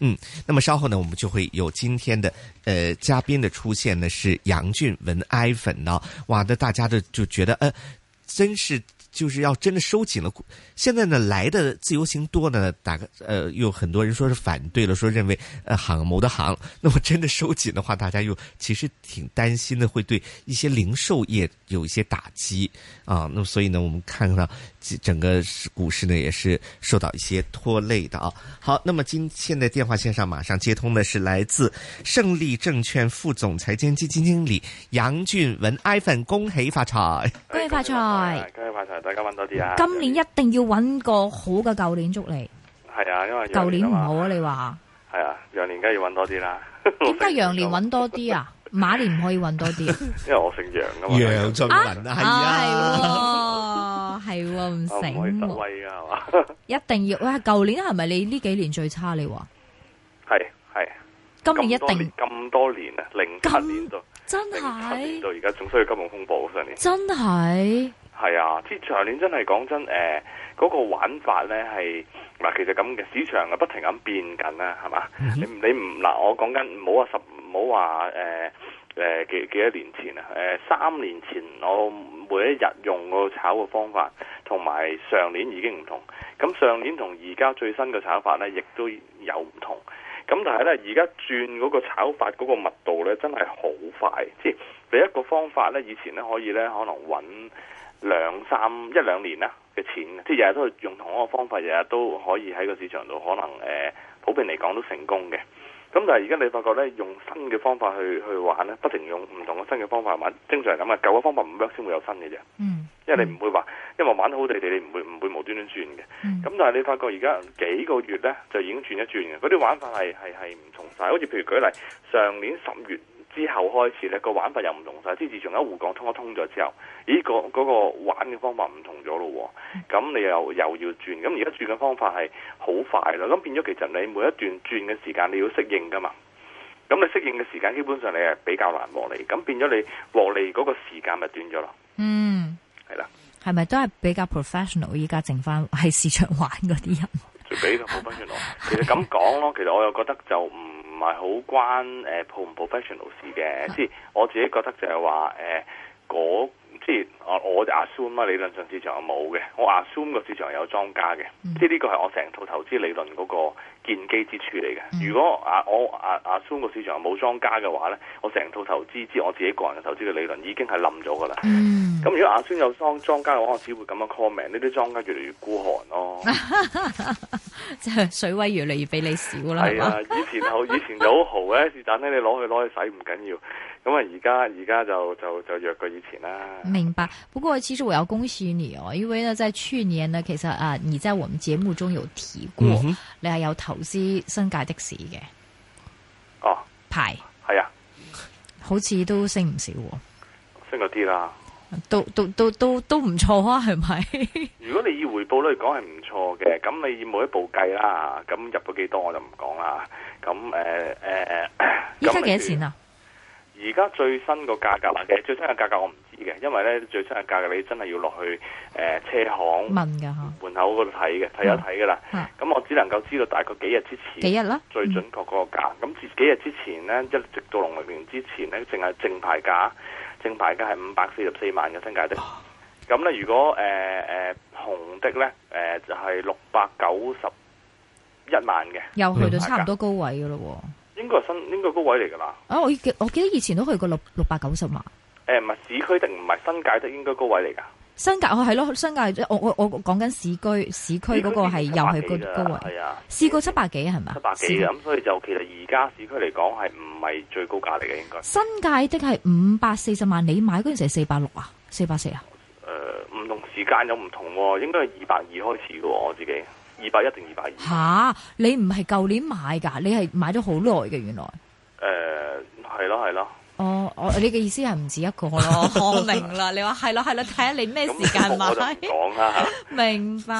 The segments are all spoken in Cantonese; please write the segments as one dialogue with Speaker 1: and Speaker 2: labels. Speaker 1: 嗯，那么稍后呢，我们就会有今天的呃嘉宾的出现呢，是杨俊文 i 粉呢、哇，那大家的就觉得呃，真是就是要真的收紧了。现在呢，来的自由行多呢，打个呃，有很多人说是反对了，说认为呃行某的行，那么真的收紧的话，大家又其实挺担心的，会对一些零售业有一些打击啊。那么所以呢，我们看到这整个市股市呢也是受到一些拖累的啊。好，那么今现在电话线上马上接通的是来自胜利证券副总裁兼基金经理杨俊文 iPhone，恭喜发 财！
Speaker 2: 哎恭喜發財！
Speaker 3: 恭喜發財！大家揾多啲啊！
Speaker 2: 今年一定要揾個好嘅舊年祝你，
Speaker 3: 係啊，因為
Speaker 2: 舊年唔好啊！
Speaker 3: 你
Speaker 2: 你 話
Speaker 3: 係啊，羊年梗係要揾多啲啦。
Speaker 2: 點解羊年揾多啲啊？馬年唔可以揾多啲 啊？
Speaker 3: 因為我姓楊噶嘛，
Speaker 1: 楊俊文 啊，係
Speaker 2: 哎
Speaker 1: 啊，
Speaker 2: 啊，係喎，係喎，唔
Speaker 3: 我唔可以
Speaker 2: 醒
Speaker 3: 失
Speaker 2: 喎，
Speaker 3: 威噶係 嘛？
Speaker 2: 一定要哇！舊年係咪你呢幾年最差？你話
Speaker 3: 係係。
Speaker 2: 今
Speaker 3: 咁
Speaker 2: 年一
Speaker 3: 多
Speaker 2: 定
Speaker 3: 咁多年啊，零七
Speaker 2: 咁
Speaker 3: 年到
Speaker 2: 真
Speaker 3: 零七年到
Speaker 2: 係
Speaker 3: 而家仲需要金融風暴上年。
Speaker 2: 真係
Speaker 3: 係啊，即係上年真係講真，誒、嗰、個玩法咧係嗱，其實咁嘅市場啊，不停咁變緊啦，係嘛？你唔你唔嗱，我講緊唔好話十，唔好話誒誒幾幾多年前啊，誒、三年前我每一日用個炒嘅方法，同埋上年已經唔同。咁上年同而家最新嘅炒法咧，亦都有唔同。咁但係咧，而家轉嗰個炒法嗰個密度咧，真係好快。即係你一個方法咧，以前咧可以咧可能揾兩三一兩年啦嘅錢，即係日日都用同一個方法，日日都可以喺個市場度可能誒、呃普遍嚟講都成功嘅。咁但係而家你發覺咧，用新嘅方法去去玩咧，不停用唔同嘅新嘅方法玩，正常係咁啊，舊嘅方法唔 work 先會有新嘅啫。
Speaker 2: 嗯，
Speaker 3: 因為你唔會話，因為玩得好地地，你唔會唔會無端端轉嘅。
Speaker 2: 嗯
Speaker 3: 咁但係你發覺而家幾個月呢，就已經轉一轉嘅，嗰啲玩法係係係唔同晒。好似譬如舉例，上年十月之後開始呢個玩法又唔同晒。即係自從一滬港通一通咗之後，咦個嗰、個玩嘅方法唔同咗咯喎，咁你又又要轉，咁而家轉嘅方法係好快啦，咁變咗其實你每一段轉嘅時間你要適應噶嘛。咁你適應嘅時間基本上你係比較難獲利，咁變咗你獲利嗰個時間咪短咗咯，
Speaker 2: 嗯，
Speaker 3: 係啦。
Speaker 2: 係咪都係比較 professional？依家剩翻喺市場玩嗰啲人，
Speaker 3: 就俾個 professional。其實咁講咯，其實我又覺得就唔係好關誒、呃 pro 唔 professional 事 嘅，即係我自己覺得就係話誒嗰即係我我就 assume 啊啦，理論上市場係冇嘅，我 assume 個市場有莊家嘅，
Speaker 2: 嗯
Speaker 3: 即係呢個係我成套投資理論嗰個建基之處嚟
Speaker 2: 嗯
Speaker 3: 嘅。如果啊我啊 assume 個市場係冇莊家嘅話咧，我成套投資即係我自己個人嘅投資嘅理論已經係冧咗㗎啦。
Speaker 2: 嗯
Speaker 3: 咁如果阿孫有莊莊家嘅話，我只會咁樣 comment 呢啲莊家越嚟越孤寒咯。
Speaker 2: 即係水位越嚟越比你少啦，係
Speaker 3: 係
Speaker 2: 嘛
Speaker 3: 啊？，以前好，以前就好豪 咧，是但咧，你攞去攞去使唔緊要。咁啊，而家而家就就就弱過以前啦。
Speaker 2: 明白。不过其实我要恭喜你哦，因为呢，在去年呢，其实啊，你在我们节目中有提过，
Speaker 1: 嗯哼
Speaker 2: 你系有投资新界的士嘅
Speaker 3: 哦，
Speaker 2: 牌，
Speaker 3: 係啊，
Speaker 2: 好似都升唔少喎，
Speaker 3: 升咗啲啦。
Speaker 2: 都都都都都唔错啊，系咪？
Speaker 3: 如果你以回報率嚟講係唔錯嘅，咁你以每一步計啦，咁入咗幾多我就唔講啦。咁誒誒誒，
Speaker 2: 依家幾多錢
Speaker 3: 啊？
Speaker 2: 啊？
Speaker 3: 而家最新個價格嘅最新嘅價格我唔知嘅，因為咧最新嘅價格你真係要落去誒、呃、車行
Speaker 2: 问噶吓，
Speaker 3: 門口嗰度睇嘅，睇一睇㗎啦。
Speaker 2: 啊
Speaker 3: 咁我只能夠知道大概幾日之前。
Speaker 2: 几日啦？嗯
Speaker 3: 最準確嗰個價。咁自幾日之前呢，一直到農曆年之前呢，淨係正牌價，正牌價係五百四十四萬嘅新界的。
Speaker 2: 啊
Speaker 3: 咁呢，如果誒誒、呃呃紅的呢，誒、就係六百九十一萬嘅，
Speaker 2: 又去到差唔多高位噶咯喎。
Speaker 3: 應該係新應該高位嚟㗎啦。
Speaker 2: 啊，我記我記得以前都去過六六百九十萬。
Speaker 3: 呃誒唔係市區的，唔係新界的，應該高位嚟㗎。
Speaker 2: 新界哦係咯，新界我我我講緊市區市區嗰個係又係高高位，
Speaker 3: 係啊，
Speaker 2: 試過七百幾係咪啊？
Speaker 3: 七百幾
Speaker 2: 試
Speaker 3: 嘅，
Speaker 2: 過
Speaker 3: 咁所以就其實而家市區嚟講係唔係最高價嚟嘅應該？
Speaker 2: 新界的係五百四十萬，你買嗰陣時係四百六啊，四百四啊，
Speaker 3: 誒呃唔、同時間有唔同喎、應該係二百二開始嘅喎、我自己二百一定二百二。
Speaker 2: 吓你唔係舊年買㗎，你係買咗好耐嘅原來。
Speaker 3: 誒呃係咯係咯，
Speaker 2: 哦，我你嘅意思係唔止一個 咯，我明啦。你話係咯係咯，睇下你咩
Speaker 3: 咁
Speaker 2: 時間
Speaker 3: 我就唔
Speaker 2: 買，
Speaker 3: 講啦。
Speaker 2: 明白？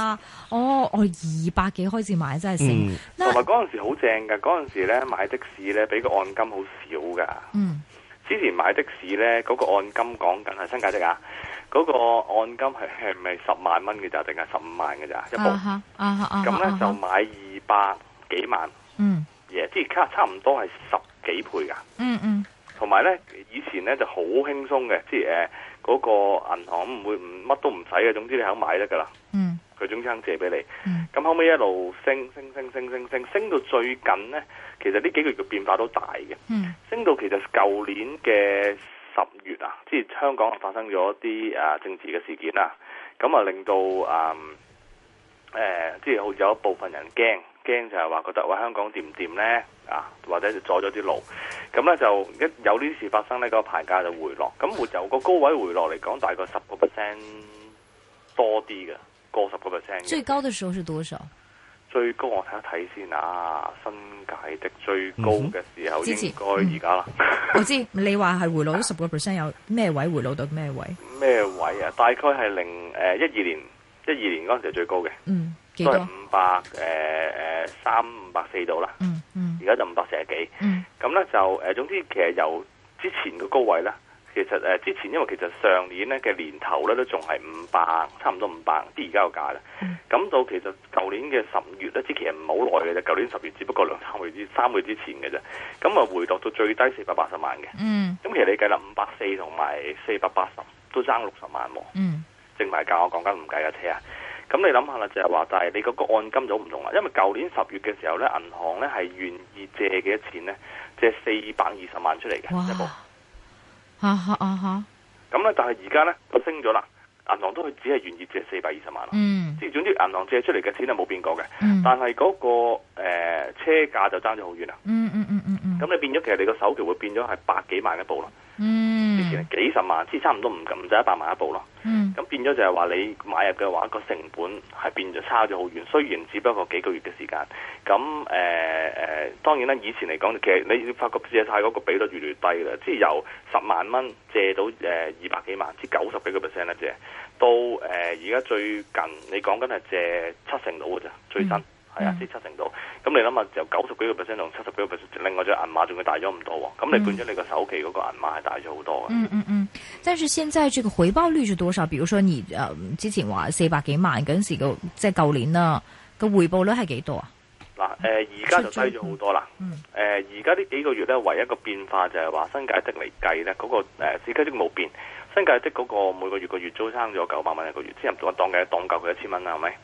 Speaker 2: 哦，我二百幾開始買真係升，
Speaker 1: 嗯
Speaker 2: 那
Speaker 3: 同埋嗰陣時好正㗎，嗰陣時咧買的士咧俾個按金好少㗎。
Speaker 2: 嗯
Speaker 3: 之前買的士咧嗰、個按金講緊係新界的啊，嗰、個按金係係咪十萬蚊嘅咋，定係十五萬嘅咋一部？
Speaker 2: 嗯啊哈啊哈啊哈
Speaker 3: 咁咧、
Speaker 2: 啊
Speaker 3: 就
Speaker 2: 哈，
Speaker 3: 買二百幾萬
Speaker 2: 嗯
Speaker 3: 嘢之卡差唔多係十幾倍㗎。
Speaker 2: 嗯嗯
Speaker 3: 同埋咧，以前咧就好輕鬆嘅，即係誒嗰個銀行唔會唔乜都唔使嘅，總之你肯買得㗎啦，
Speaker 2: 嗯
Speaker 3: 佢中間借俾你。
Speaker 2: 嗯
Speaker 3: 咁後尾一路升升升升升升，升到最近呢，其實呢幾個月嘅變化都大嘅，
Speaker 2: 嗯
Speaker 3: 升到其實舊年嘅十月啊，即係香港發生咗啲啊政治嘅事件啦，咁啊令到啊誒、即係好有一部分人驚驚就係話覺得喂香港掂唔掂呢？啊，或者就阻咗啲路，咁呢，就一有呢啲事發生呢，個牌價就回落，咁會由個高位回落嚟講，大概十個 percent 多啲嘅，過十個 percent 嘅。
Speaker 2: 最高的时候是多 少？
Speaker 3: 最高我睇一睇先啊，新界的最高嘅時候
Speaker 4: 嗯哼支持
Speaker 3: 應該而家啦，
Speaker 4: 我知你話係回落咗十個 percent，有咩位回落到咩位？
Speaker 3: 咩位啊？大概係零誒一二年，一二年嗰陣時係最高嘅，
Speaker 4: 嗯，幾
Speaker 3: 都係
Speaker 4: 多？
Speaker 3: 五百誒誒三五百四度啦，
Speaker 2: 嗯嗯
Speaker 3: 而家就五百四十幾。
Speaker 2: 嗯
Speaker 3: 咁咧就誒、呃，總之其實由之前嘅高位咧，其實誒、呃之前因為其實上年咧嘅年頭咧都仲係五百，差唔多五百，啲而家個價咧。
Speaker 4: 嗯
Speaker 3: 咁、到其實舊年嘅十月咧，之前係唔係好耐嘅啫，舊年十月只不過兩三個月之三個月之前嘅啫。咁啊回落到最低四百八十萬嘅，
Speaker 2: 嗯
Speaker 3: 咁其實你計啦，五百四同埋四百八十都爭六十萬喎。
Speaker 2: 嗯
Speaker 3: 正牌價我講緊唔計架車啊。咁你諗下啦，就係話，但係你嗰個按金就好唔同啦，因為舊年十月嘅時候呢，銀行呢係願意借幾多錢呢？借四百二十萬出嚟
Speaker 2: 哇
Speaker 3: 嘅一步。
Speaker 2: 啊哈啊哈
Speaker 3: 咁呢，但係而家呢，就升咗啦，銀行都係只係願意借四百二十萬啦。
Speaker 2: 嗯
Speaker 3: 即係總之，銀行借出嚟嘅錢係冇變過嘅，
Speaker 2: 嗯
Speaker 3: 但係嗰、個誒、呃、車價就爭咗好遠啦。啊
Speaker 2: 嗯嗯嗯嗯嗯
Speaker 3: 咁你變咗，其實你個首期會變咗係百幾萬一步啦，之前
Speaker 2: 嗯
Speaker 3: 係幾十萬，即係差唔多唔唔止一百萬一步啦。
Speaker 2: 嗯
Speaker 3: 咁變咗就係話你買入嘅話，個成本係變咗差咗好遠。雖然只不過幾個月嘅時間，咁誒誒，當然啦，以前嚟講，其實你發覺借貸嗰個比率越嚟越低啦，即係由十萬蚊借到誒二百幾萬，即九十幾個 percent 咧借，到誒而家最近你講緊係借七成到嘅啫，最新。
Speaker 2: 嗯
Speaker 3: 係啊，
Speaker 2: 嗯
Speaker 3: 即七成度。咁你諗下，由九十幾個 percent 同七十幾個 percent，另外隻銀碼仲要大咗唔多喎。咁你
Speaker 2: 嗯
Speaker 3: 變咗你個首期嗰個銀碼係大咗好多嘅。啊
Speaker 2: 嗯嗯嗯，但是現在這個回報率是多少？比如說你誒、呃之前話四百幾萬嗰陣時個，即係舊年啦，個回報率係幾多啊？
Speaker 3: 嗱，誒而家就低咗好多啦。誒
Speaker 2: 嗯
Speaker 3: 而家呢幾個月咧，唯一一個變化就係話新界的嚟計咧，嗰、個誒呃市區的冇變，新界的嗰個每個月個月租差咗九百蚊一個月，之前我當嘅當夠佢一千啊蚊啦，係咪？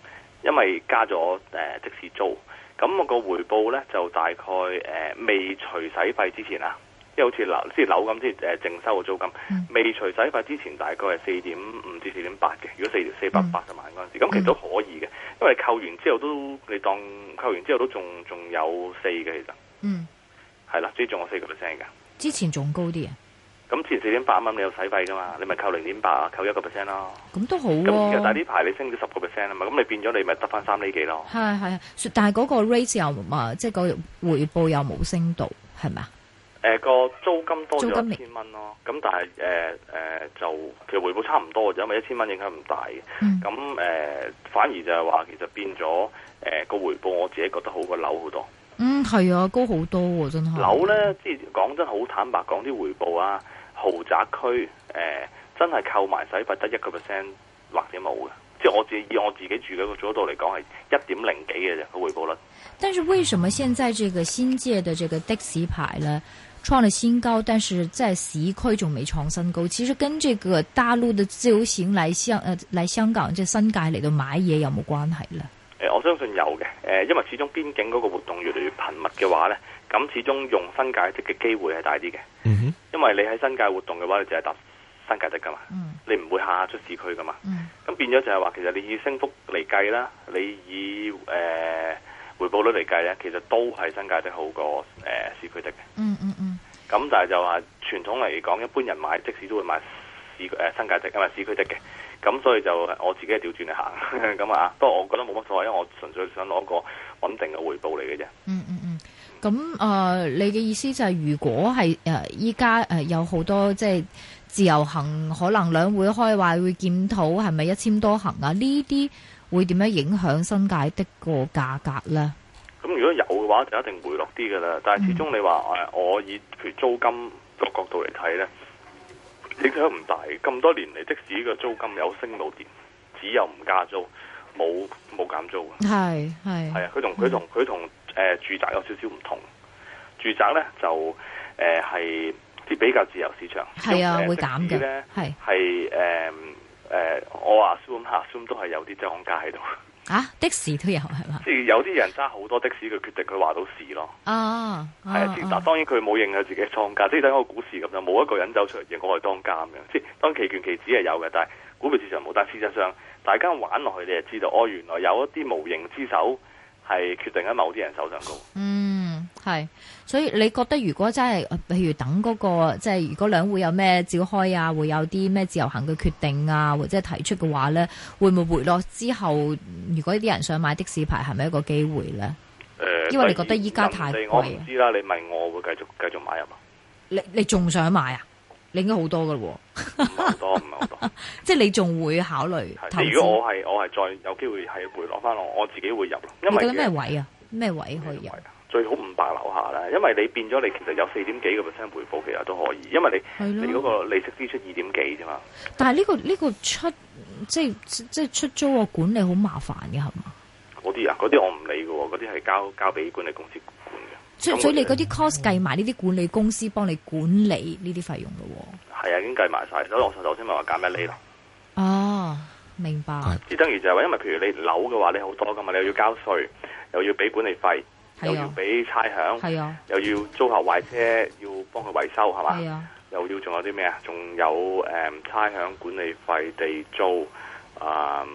Speaker 3: 因為加咗誒、呃即時租，咁我個回報咧就大概誒、呃未除使費之前啊，即係好似樓即係樓咁，即係誒呃淨收個租金，
Speaker 2: 嗯
Speaker 3: 未除使費之前大概係四點五至四點八嘅，如果四四百
Speaker 2: 嗯
Speaker 3: 八十萬嗰陣時，咁其實都可以嘅。因為扣完之後都你當扣完之後都仲仲有四嘅，其實
Speaker 2: 嗯，
Speaker 3: 係啦，即係仲有四個 percent 㗎。
Speaker 2: 之前仲高啲啊，
Speaker 3: 咁之前四點八蚊你有使費㗎嘛，你咪扣零點八，扣一個 percent 咯。
Speaker 2: 咁都好
Speaker 3: 咁而家
Speaker 2: 喎、
Speaker 3: 但係呢排你升咗十個 percent 啊嘛，咁你變咗你咪得翻三厘幾咯。
Speaker 2: 係係係，但係嗰個 rate 又啊，即係個回報又冇升到，係咪啊？
Speaker 3: 誒、個租金多
Speaker 2: 租金
Speaker 3: 咗
Speaker 2: 明
Speaker 3: 一千蚊咯，咁但係誒誒就其實回報差唔多嘅啫，因為一千蚊影響唔大嘅。
Speaker 2: 嗯
Speaker 3: 咁誒、呃反而就係話其實變咗誒個回報，我自己覺得好過樓好多。
Speaker 2: 嗯，係啊，高好多喎、真
Speaker 1: 嗯
Speaker 2: 係。
Speaker 3: 樓呢，即係講真好坦白講啲回報啊，豪宅區誒、呃真係扣埋使費得一個 percent 或者冇嘅，即係我自己以我自己住嘅個組度嚟講係一點零幾嘅啫個回報率。
Speaker 2: 但是為什麼現在這個新界的這個的士牌呢，創了新高，但是在市區仲未創新高？其實跟這個大陸的自由行來香，呃，來香港即係新界嚟到買嘢有冇關係呢？
Speaker 3: 誒、我相信有嘅，誒、因為始終邊境嗰個活動越嚟越頻密嘅話呢，咁始終用新界的嘅機會係大啲嘅，
Speaker 1: 嗯哼，
Speaker 3: 因為你喺新界活動嘅話，你就係搭新界的噶嘛，
Speaker 2: 嗯
Speaker 3: 你唔會下下出市區噶嘛。
Speaker 2: 嗯
Speaker 3: 咁變咗就係話，其實你以升幅嚟計啦，你以誒、呃回報率嚟計咧，其實都係新界的好過誒、呃市區的嘅。
Speaker 2: 嗯嗯嗯
Speaker 3: 咁但係就話傳統嚟講，一般人買即使都會買市誒、呃新界的，因為市區的嘅。咁所以就我自己係調轉嚟行 咁啊，不過我覺得冇乜所謂，因為我純粹想攞個穩定嘅回報嚟嘅啫。
Speaker 2: 嗯嗯嗯。咁誒、呃你嘅意思就係如果係誒依家誒有好多即係自由行，可能兩會開話會檢討係咪一簽多行啊？呢啲會點樣影響新界的個價格呢？
Speaker 3: 咁如果有嘅話，就一定回落啲㗎啦。
Speaker 2: 嗯
Speaker 3: 但係始終你話誒、我以譬如租金個角度嚟睇咧，影響唔大。咁多年嚟，即使個租金有升冇跌，只有唔加租，冇冇減租嘅。
Speaker 2: 係係嗯
Speaker 3: 係啊，佢同佢同佢同誒住宅有少少唔同。住宅咧就誒係啲比較自由市場，
Speaker 2: 係啊
Speaker 3: 咁誒
Speaker 2: 會減
Speaker 3: 即
Speaker 2: 嘅
Speaker 3: 使咧
Speaker 2: 係
Speaker 3: 係誒誒，我話 assume 下 assume 都係有啲漲價喺度，
Speaker 2: 啊，的士都有係嘛？
Speaker 3: 即係有啲人揸好多的士，佢決定佢話到事咯。
Speaker 2: 啊，
Speaker 3: 係啊，即係
Speaker 2: 啊
Speaker 3: 嗱，當然佢冇認佢自己莊家， 即係等於個股市咁就冇一個人走出嚟認我係當家咁樣。即係當期權期指係有嘅，但係股票市場冇。但係事實上，大家玩落去，你就知道，哦，原來有一啲無形之手係決定喺某啲人手上高。
Speaker 2: 嗯，係，所以你覺得如果真係，呃譬如等嗰、個，即係如果兩會有咩召開啊，會有啲咩自由行嘅決定啊，或者係提出嘅話咧，會唔會回落之後，如果啲人想買的士牌，係咪一個機會咧？
Speaker 3: 誒、
Speaker 2: 因為你覺得依家
Speaker 3: 呃
Speaker 2: 太貴啊
Speaker 3: 人哋我唔知啦，你問我我會繼續繼續買入啊？
Speaker 2: 你你仲想買啊？你應該好多噶喎，
Speaker 3: 唔係好多，唔係好多。
Speaker 2: 即係你仲會考慮
Speaker 3: 係
Speaker 2: 投
Speaker 3: 即係如果
Speaker 2: 資？
Speaker 3: 我係我係再有機會係回落翻落，我自己會入咯。因
Speaker 2: 你
Speaker 3: 為
Speaker 2: 覺得咩啊位啊？咩位可以入？
Speaker 3: 最好五百樓下啦，因為你變咗你其實有四點幾個 percent 回報，其實都可以，因為你。
Speaker 2: 係
Speaker 3: 你
Speaker 2: 咯
Speaker 3: 嗰。個利息支出二點幾啫嘛，
Speaker 2: 但係呢、個呢、個出即係即係出租個管理好麻煩嘅係嘛？
Speaker 3: 嗰啲啊，嗰啲我唔理嘅喎，嗰啲係交交俾管理公司管嘅。
Speaker 2: 所以所以你嗰啲
Speaker 3: 嗯
Speaker 2: cost 計埋呢啲管理公司幫你管理呢啲費用咯
Speaker 3: 係啊，已經計埋晒。所以我頭先咪話減一厘咯。
Speaker 2: 喎。哦，明白。
Speaker 1: 係
Speaker 3: 即係等於就係話，因為譬如你樓嘅話，你好多噶嘛，你又要交税，又要俾管理費，又
Speaker 2: 係
Speaker 3: 要
Speaker 2: 啊，
Speaker 3: 俾差餉，
Speaker 2: 係啊，
Speaker 3: 又要租客壞車，要幫佢維修係
Speaker 2: 係
Speaker 3: 嘛，
Speaker 2: 啊，
Speaker 3: 又要仲有啲咩啊？仲有誒、嗯差餉、管理費、地租啊，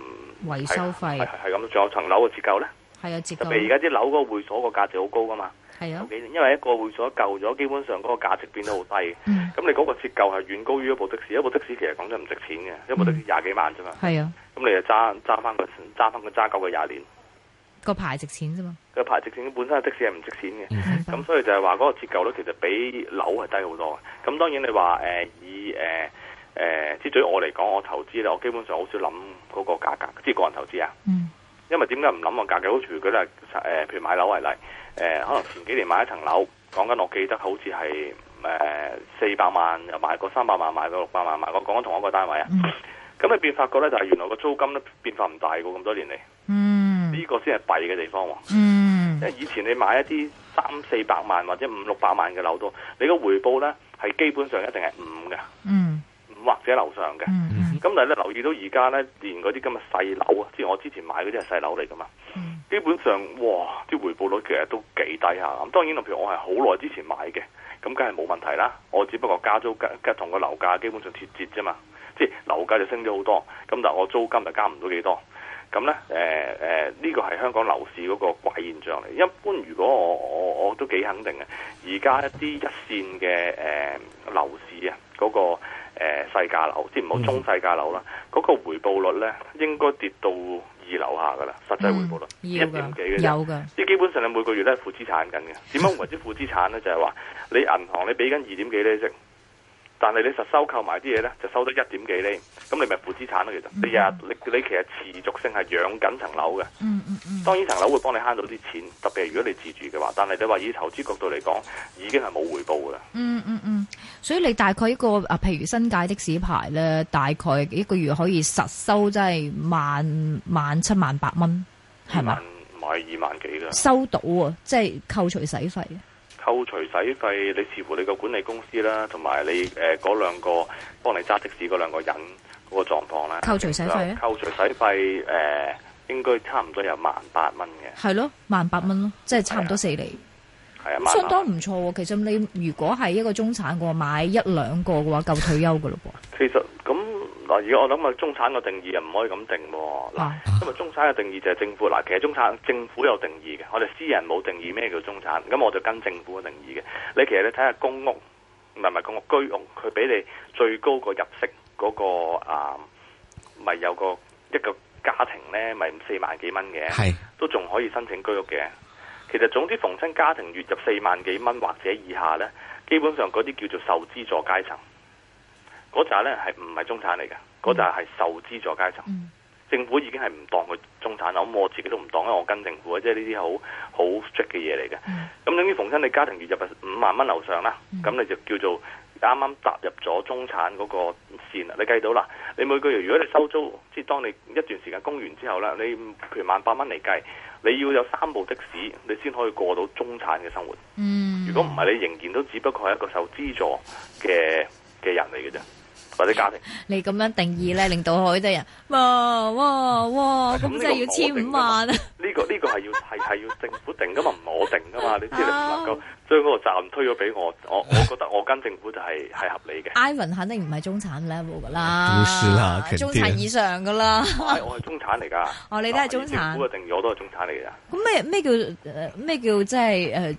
Speaker 2: 維修
Speaker 3: 係
Speaker 2: 費
Speaker 3: 係咁，仲有層樓嘅折舊咧。
Speaker 2: 係啊，折
Speaker 3: 特別而
Speaker 2: 舊
Speaker 3: 家啲樓嗰個會所個價值好高噶嘛。
Speaker 2: 係啊，
Speaker 3: 因為一個會所舊咗，基本上嗰個價值變得好低。
Speaker 2: 嗯，
Speaker 3: 咁你嗰個折舊係遠高於一部的士，一部的士其實講真唔值錢嘅，一部的士廿幾萬啫嘛。
Speaker 2: 係啊，
Speaker 3: 咁你就揸揸翻個揸翻個揸夠個廿年，
Speaker 2: 個牌值錢啫嘛。
Speaker 3: 佢牌值錢本身的士係唔值錢嘅。
Speaker 2: 明白
Speaker 3: 咁所以就係話嗰個折舊率其實比樓係低好多嘅。咁當然你話誒、呃以誒誒、呃即係對於我嚟講，我投資咧，我基本上好少諗嗰個價格，即係個人投資啊。
Speaker 2: 嗯，
Speaker 3: 因為點解唔諗個啊價格？好似佢咧誒，譬如買樓為例，誒、可能前幾年買一層樓，講緊我記得好似係誒四百萬又買過，三百萬買過，六百萬買過，講緊同一個單位啊。
Speaker 2: 嗯
Speaker 3: 咁你變發覺咧，就係原來個租金咧變化唔大嘅咁多年嚟，呢、
Speaker 2: 嗯，
Speaker 3: 個先係弊嘅地方喎。
Speaker 2: 嗯
Speaker 3: 因，為以前你買一啲三四百萬或者五六百萬嘅樓都，你個回報咧係基本上一定係五嘅，
Speaker 2: 嗯，
Speaker 3: 五或者樓上嘅。
Speaker 2: 嗯，
Speaker 3: 咁但係咧留意到而家咧，連嗰啲咁嘅細樓啊，即係我之前買嗰啲係細樓嚟噶嘛。
Speaker 2: 嗯，
Speaker 3: 基本上，哇！啲回報率其實都幾低下。咁當然啦，譬如我係好耐之前買嘅，咁梗係冇問題啦。我只不過加租加同個樓價基本上脫節啫嘛，即係樓價就升咗好多，咁但係我租金就加唔到幾多。咁咧，誒誒，呢個係香港樓市嗰個怪現象嚟。一般如果我我我都幾肯定嘅，而家一啲一線嘅誒、呃、樓市啊，嗰、個誒、呃細價樓，即係唔好中細價樓啦，嗰、個回報率咧應該跌到二樓下噶啦，實際回報率
Speaker 2: 嗯
Speaker 3: 一
Speaker 2: 要
Speaker 3: 點幾
Speaker 2: 㗎，
Speaker 3: 嘅啫。
Speaker 2: 有㗎，
Speaker 3: 即係基本上你每個月咧係負資產緊 嘅。點樣為之負資產咧？就係、話你銀行你俾緊二點幾厘息，但係你實收購埋啲嘢咧就收得一點幾厘，咁你咪負資產咯。其實你日日你你其實持續性係養緊層樓嘅。
Speaker 2: 嗯嗯嗯，
Speaker 3: 當然層樓會幫你慳到啲錢，特別係如果你自住嘅話。但係你話以投資角度嚟講，已經係冇回報㗎啦。
Speaker 2: 嗯嗯嗯，所以你大概一個啊，譬如新界的士牌咧，大概一個月可以實收即係萬萬七萬八蚊，係咪
Speaker 3: 萬？唔係二萬幾㗎。
Speaker 2: 收到啊，即係扣除使費。
Speaker 3: 扣除使費，你視乎你個管理公司啦，同埋你誒嗰、兩個幫你揸的士嗰兩個人嗰個狀況啦。
Speaker 2: 扣除使費啊
Speaker 3: 扣除使費誒、呃，應該差唔多有萬八蚊嘅，
Speaker 2: 係咯，萬八蚊咯，即係差唔多四厘，
Speaker 3: 係啊，
Speaker 2: 咁
Speaker 3: 萬
Speaker 2: 相
Speaker 3: 八
Speaker 2: 當唔錯喎。其實你如果係一個中產嘅話，買一兩個嘅話，夠退休嘅咯噃。
Speaker 3: 其實咁嗱，而家我諗啊，中產嘅定義又唔可以咁定喎。嗱，
Speaker 2: 啊
Speaker 3: 因為中產嘅定義就係政府嗱，其實中產政府有定義嘅，我哋私人冇定義咩叫中產，咁我就跟政府嘅定義嘅。你其實你睇下公屋，唔係唔係公屋居屋，佢俾你最高個入息嗰、個啊，咪有個一個家庭咧，咪四萬幾蚊嘅。
Speaker 1: 係
Speaker 3: 都仲可以申請居屋嘅。其實總之逢親家庭月入四萬幾蚊或者以下呢，基本上嗰啲叫做受資助階層，嗰扎呢係唔係中產嚟嘅？嗰扎係受資助階層。
Speaker 2: 嗯
Speaker 3: 政府已經係唔當佢中產啦，咁我自己都唔當，因為我跟政府嘅，即係呢啲好好 strict 嘅嘢嚟嘅。
Speaker 2: 嗯
Speaker 3: 咁等於逢親你家庭月入係五萬蚊樓上啦，咁你就叫做啱啱踏入咗中產嗰個線啦。你計到啦，你每個月如果你收租，即係當你一段時間供完之後啦，你譬如萬八蚊嚟計，你要有三部的士，你先可以過到中產嘅生活。
Speaker 2: 嗯，
Speaker 3: 如果唔係，你仍然都只不過係一個受資助嘅嘅人嚟嘅啫，或者家庭。
Speaker 2: 你咁樣定義咧，令到好多人哇哇哇，
Speaker 3: 咁
Speaker 2: 咁真係要千五萬啊！
Speaker 3: 呢、個呢、個係要係係要政府定噶嘛，唔係我定噶嘛。
Speaker 2: 啊
Speaker 3: 你知你唔能夠將嗰個責任推咗俾我，我我覺得我跟政府就係係合理嘅。
Speaker 2: Ivan 肯定唔係中產 level 噶啦，
Speaker 1: 不是啦肯定
Speaker 2: 中產以上噶啦。
Speaker 3: 係我係中產嚟㗎。啊
Speaker 2: 哦你都係中產
Speaker 3: 政府嘅定義我都係中產嚟㗎。
Speaker 2: 咁咩咩叫呃咩叫即係诶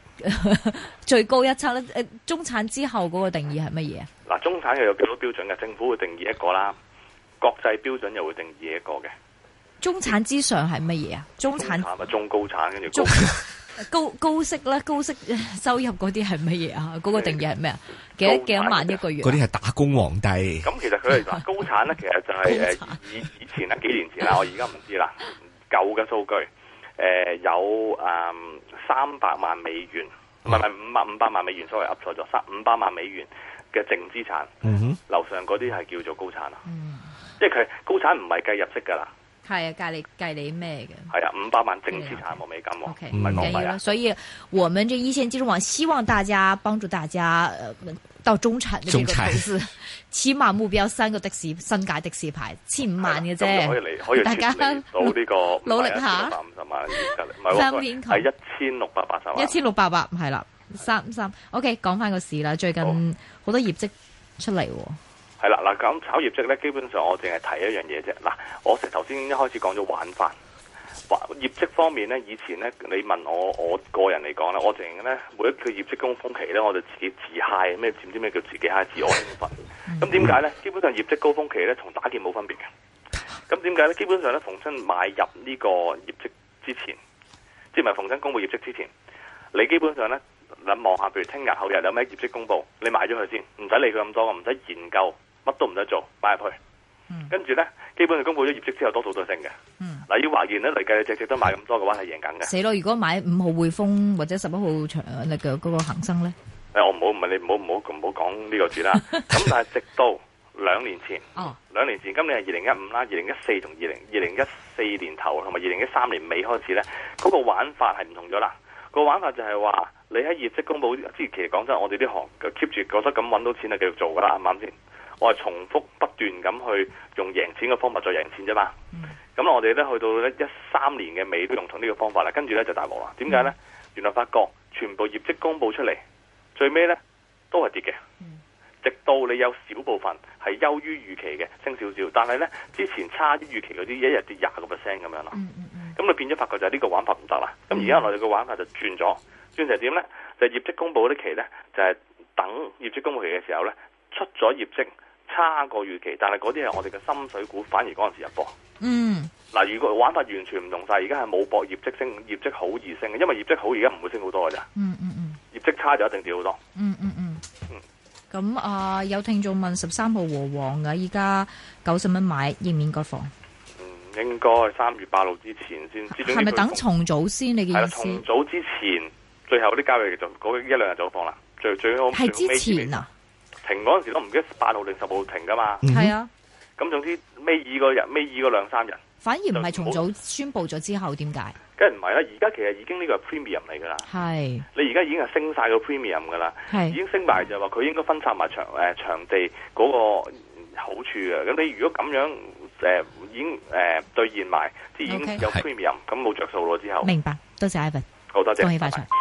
Speaker 2: 最高一層咧？呃中產之後嗰個定義係乜嘢啊？
Speaker 3: 嗱，中產又有幾多標準嘅？政府會定義一個啦，國際標準又會定義一個嘅。
Speaker 2: 中產之上係乜嘢啊？中
Speaker 3: 中
Speaker 2: 產
Speaker 3: 產咪中高產，跟住
Speaker 2: 中
Speaker 3: 高
Speaker 2: 高高息啦，高息收入嗰啲係乜嘢啊？嗰、個定義係咩啊？幾多
Speaker 3: 高產
Speaker 2: 幾多萬一個月啊？
Speaker 1: 嗰啲係打工皇帝。
Speaker 3: 咁其實 佢哋嗱高產咧，其實就係
Speaker 2: 高
Speaker 3: 誒以以前啊啦，幾年前啦，我而家唔知啦。舊嘅數據誒、呃有誒三百萬美元，唔係唔係五百五百萬美元，sorry，噏錯咗，三五百萬美元嘅淨資產，
Speaker 1: 嗯哼，
Speaker 3: 樓上嗰啲係叫做高產啦，
Speaker 2: 嗯，
Speaker 3: 即係佢高產唔係計入息㗎啦，
Speaker 2: 係啊，計你計你咩嘅？
Speaker 3: 係啊，五百萬淨資產冇美金
Speaker 2: OK，
Speaker 3: 喎，唔
Speaker 2: 唔
Speaker 3: 係
Speaker 1: 嗯
Speaker 3: 港
Speaker 2: 緊要
Speaker 3: 幣啊
Speaker 2: 啦。。所以我們這一線金融網希望大家幫助大家，呃，到中產的這
Speaker 1: 中
Speaker 2: 個
Speaker 1: 產
Speaker 2: 投資， 起碼目標三個的士新界的士牌，千五萬嘅
Speaker 3: 啊咁就可以
Speaker 2: 啫。
Speaker 3: 嚟，可以
Speaker 2: 大家
Speaker 3: 接嚟到呢個
Speaker 2: 努力下
Speaker 3: 六百五十萬現實，唔係
Speaker 2: 三
Speaker 3: 喎
Speaker 2: 邊
Speaker 3: 係
Speaker 2: 窮
Speaker 3: 一千六百八十萬，
Speaker 2: 一千六百八係啦，三三。OK，講翻個市啦，最近
Speaker 3: 好
Speaker 2: 好多業績出嚟喎。
Speaker 3: 係啦，嗱咁炒業績咧，基本上我淨係睇一樣嘢啫。嗱，我成頭先一開始講咗玩法，玩業績方面咧，以前咧你問我，我個人嚟講咧，我淨係咧每一個業績高峰期咧，我就自己自嗨，咩知唔知咩叫自己嗨，自我興奮。咁點解咧？基本上業績高峰期咧，同打劫冇分別嘅。咁點解咧？基本上咧，逢親買入呢個業績之前，即係咪逢親公布業績之前，你基本上咧，諗望下，譬如聽日、後日有咩業績公布，你買咗佢先，唔使理佢咁多，唔使研究，乜都唔使做，買入去。跟住咧，基本上公布咗業績之後，多數都係升嘅。
Speaker 2: 嗯
Speaker 3: 嗱，要話言咧嚟計，隻隻都買咁多嘅話係贏緊 嘅。
Speaker 2: 死咯！如果買五號匯豐或者十一號長力嘅嗰個恒生咧，
Speaker 3: 誒，我唔好唔係你唔好唔好唔好講呢個字啦。咁但係直到兩年前。
Speaker 2: 哦，
Speaker 3: 兩年前，今年係二零一五啦，二零一四同二零二零一四年頭同埋二零一三年尾開始呢，嗰、個玩法係唔同咗啦。個玩法就係話，你喺業績公佈之前，其實講真，我哋呢行嘅 keep 住覺得咁揾到錢就繼續做噶啦，啱唔啱先？我係重複不斷咁去用贏錢嘅方法再贏錢啫嘛。咁、我哋呢，去到呢一三年嘅尾都用同呢個方法啦，跟住呢就大鑊啦。點解呢？原來發覺全部業績公佈出嚟，最尾呢都係跌嘅。直到你有少部分係優於預期嘅升少少，但係呢之前差於預期嗰啲一日跌廿個 percent 咁樣咯。
Speaker 2: 嗯嗯嗯，
Speaker 3: 咁你變咗發覺就係呢個玩法唔得啦。咁而家我哋嘅玩法就轉咗，轉成點呢？就係業績公佈嗰啲期呢，就係等業績公佈期嘅時候呢，出咗業績差過預期，但係嗰啲係我哋嘅心水股，反而嗰陣時入波。
Speaker 2: 嗯
Speaker 3: 嗱，如果玩法完全唔同晒，而家係冇博業績升，業績好易升嘅，因為業績好而家唔會升好多㗎咋，
Speaker 2: 嗯嗯嗯
Speaker 3: 業績差就一定跌好多。
Speaker 2: 嗯嗯嗯
Speaker 3: 嗯。
Speaker 2: 咁啊，有聽眾問十三號和黃嘅，依家九十蚊買，應唔應該放？
Speaker 3: 嗯，應該三月八號之前先。知總之
Speaker 2: 係咪
Speaker 3: 佢
Speaker 2: 等
Speaker 3: 公
Speaker 2: 重組先？你
Speaker 3: 系啦，
Speaker 2: 嘅意思
Speaker 3: 重組之前，最後啲交易就嗰一兩日就放啦，最最好
Speaker 2: 係之前
Speaker 3: 啊，
Speaker 2: 啊？
Speaker 3: 停嗰阵时都唔記得八號定十號停噶嘛，
Speaker 1: 嗯哼
Speaker 2: 係啊，
Speaker 3: 咁總之尾二嗰日，尾二嗰兩三日，
Speaker 2: 反而唔係重組宣布咗之後，點解？
Speaker 3: 梗係唔係啦，而家其實已經呢個係 premium 嚟噶啦，
Speaker 2: 係
Speaker 3: 你而家已經係升晒個 premium 噶啦，已
Speaker 2: 係
Speaker 3: 經升埋就係話佢應該分拆埋場诶、場地嗰個好處嘅，咁你如果咁樣诶、誒已經诶、誒兌兑現埋，即係已經
Speaker 2: OK
Speaker 3: 有
Speaker 1: 係
Speaker 3: premium，咁冇着數咯之後，
Speaker 2: 明白，多謝 Ivan，
Speaker 3: 好多謝，
Speaker 2: 恭喜
Speaker 3: 拜
Speaker 2: 發
Speaker 3: 拜
Speaker 2: 財。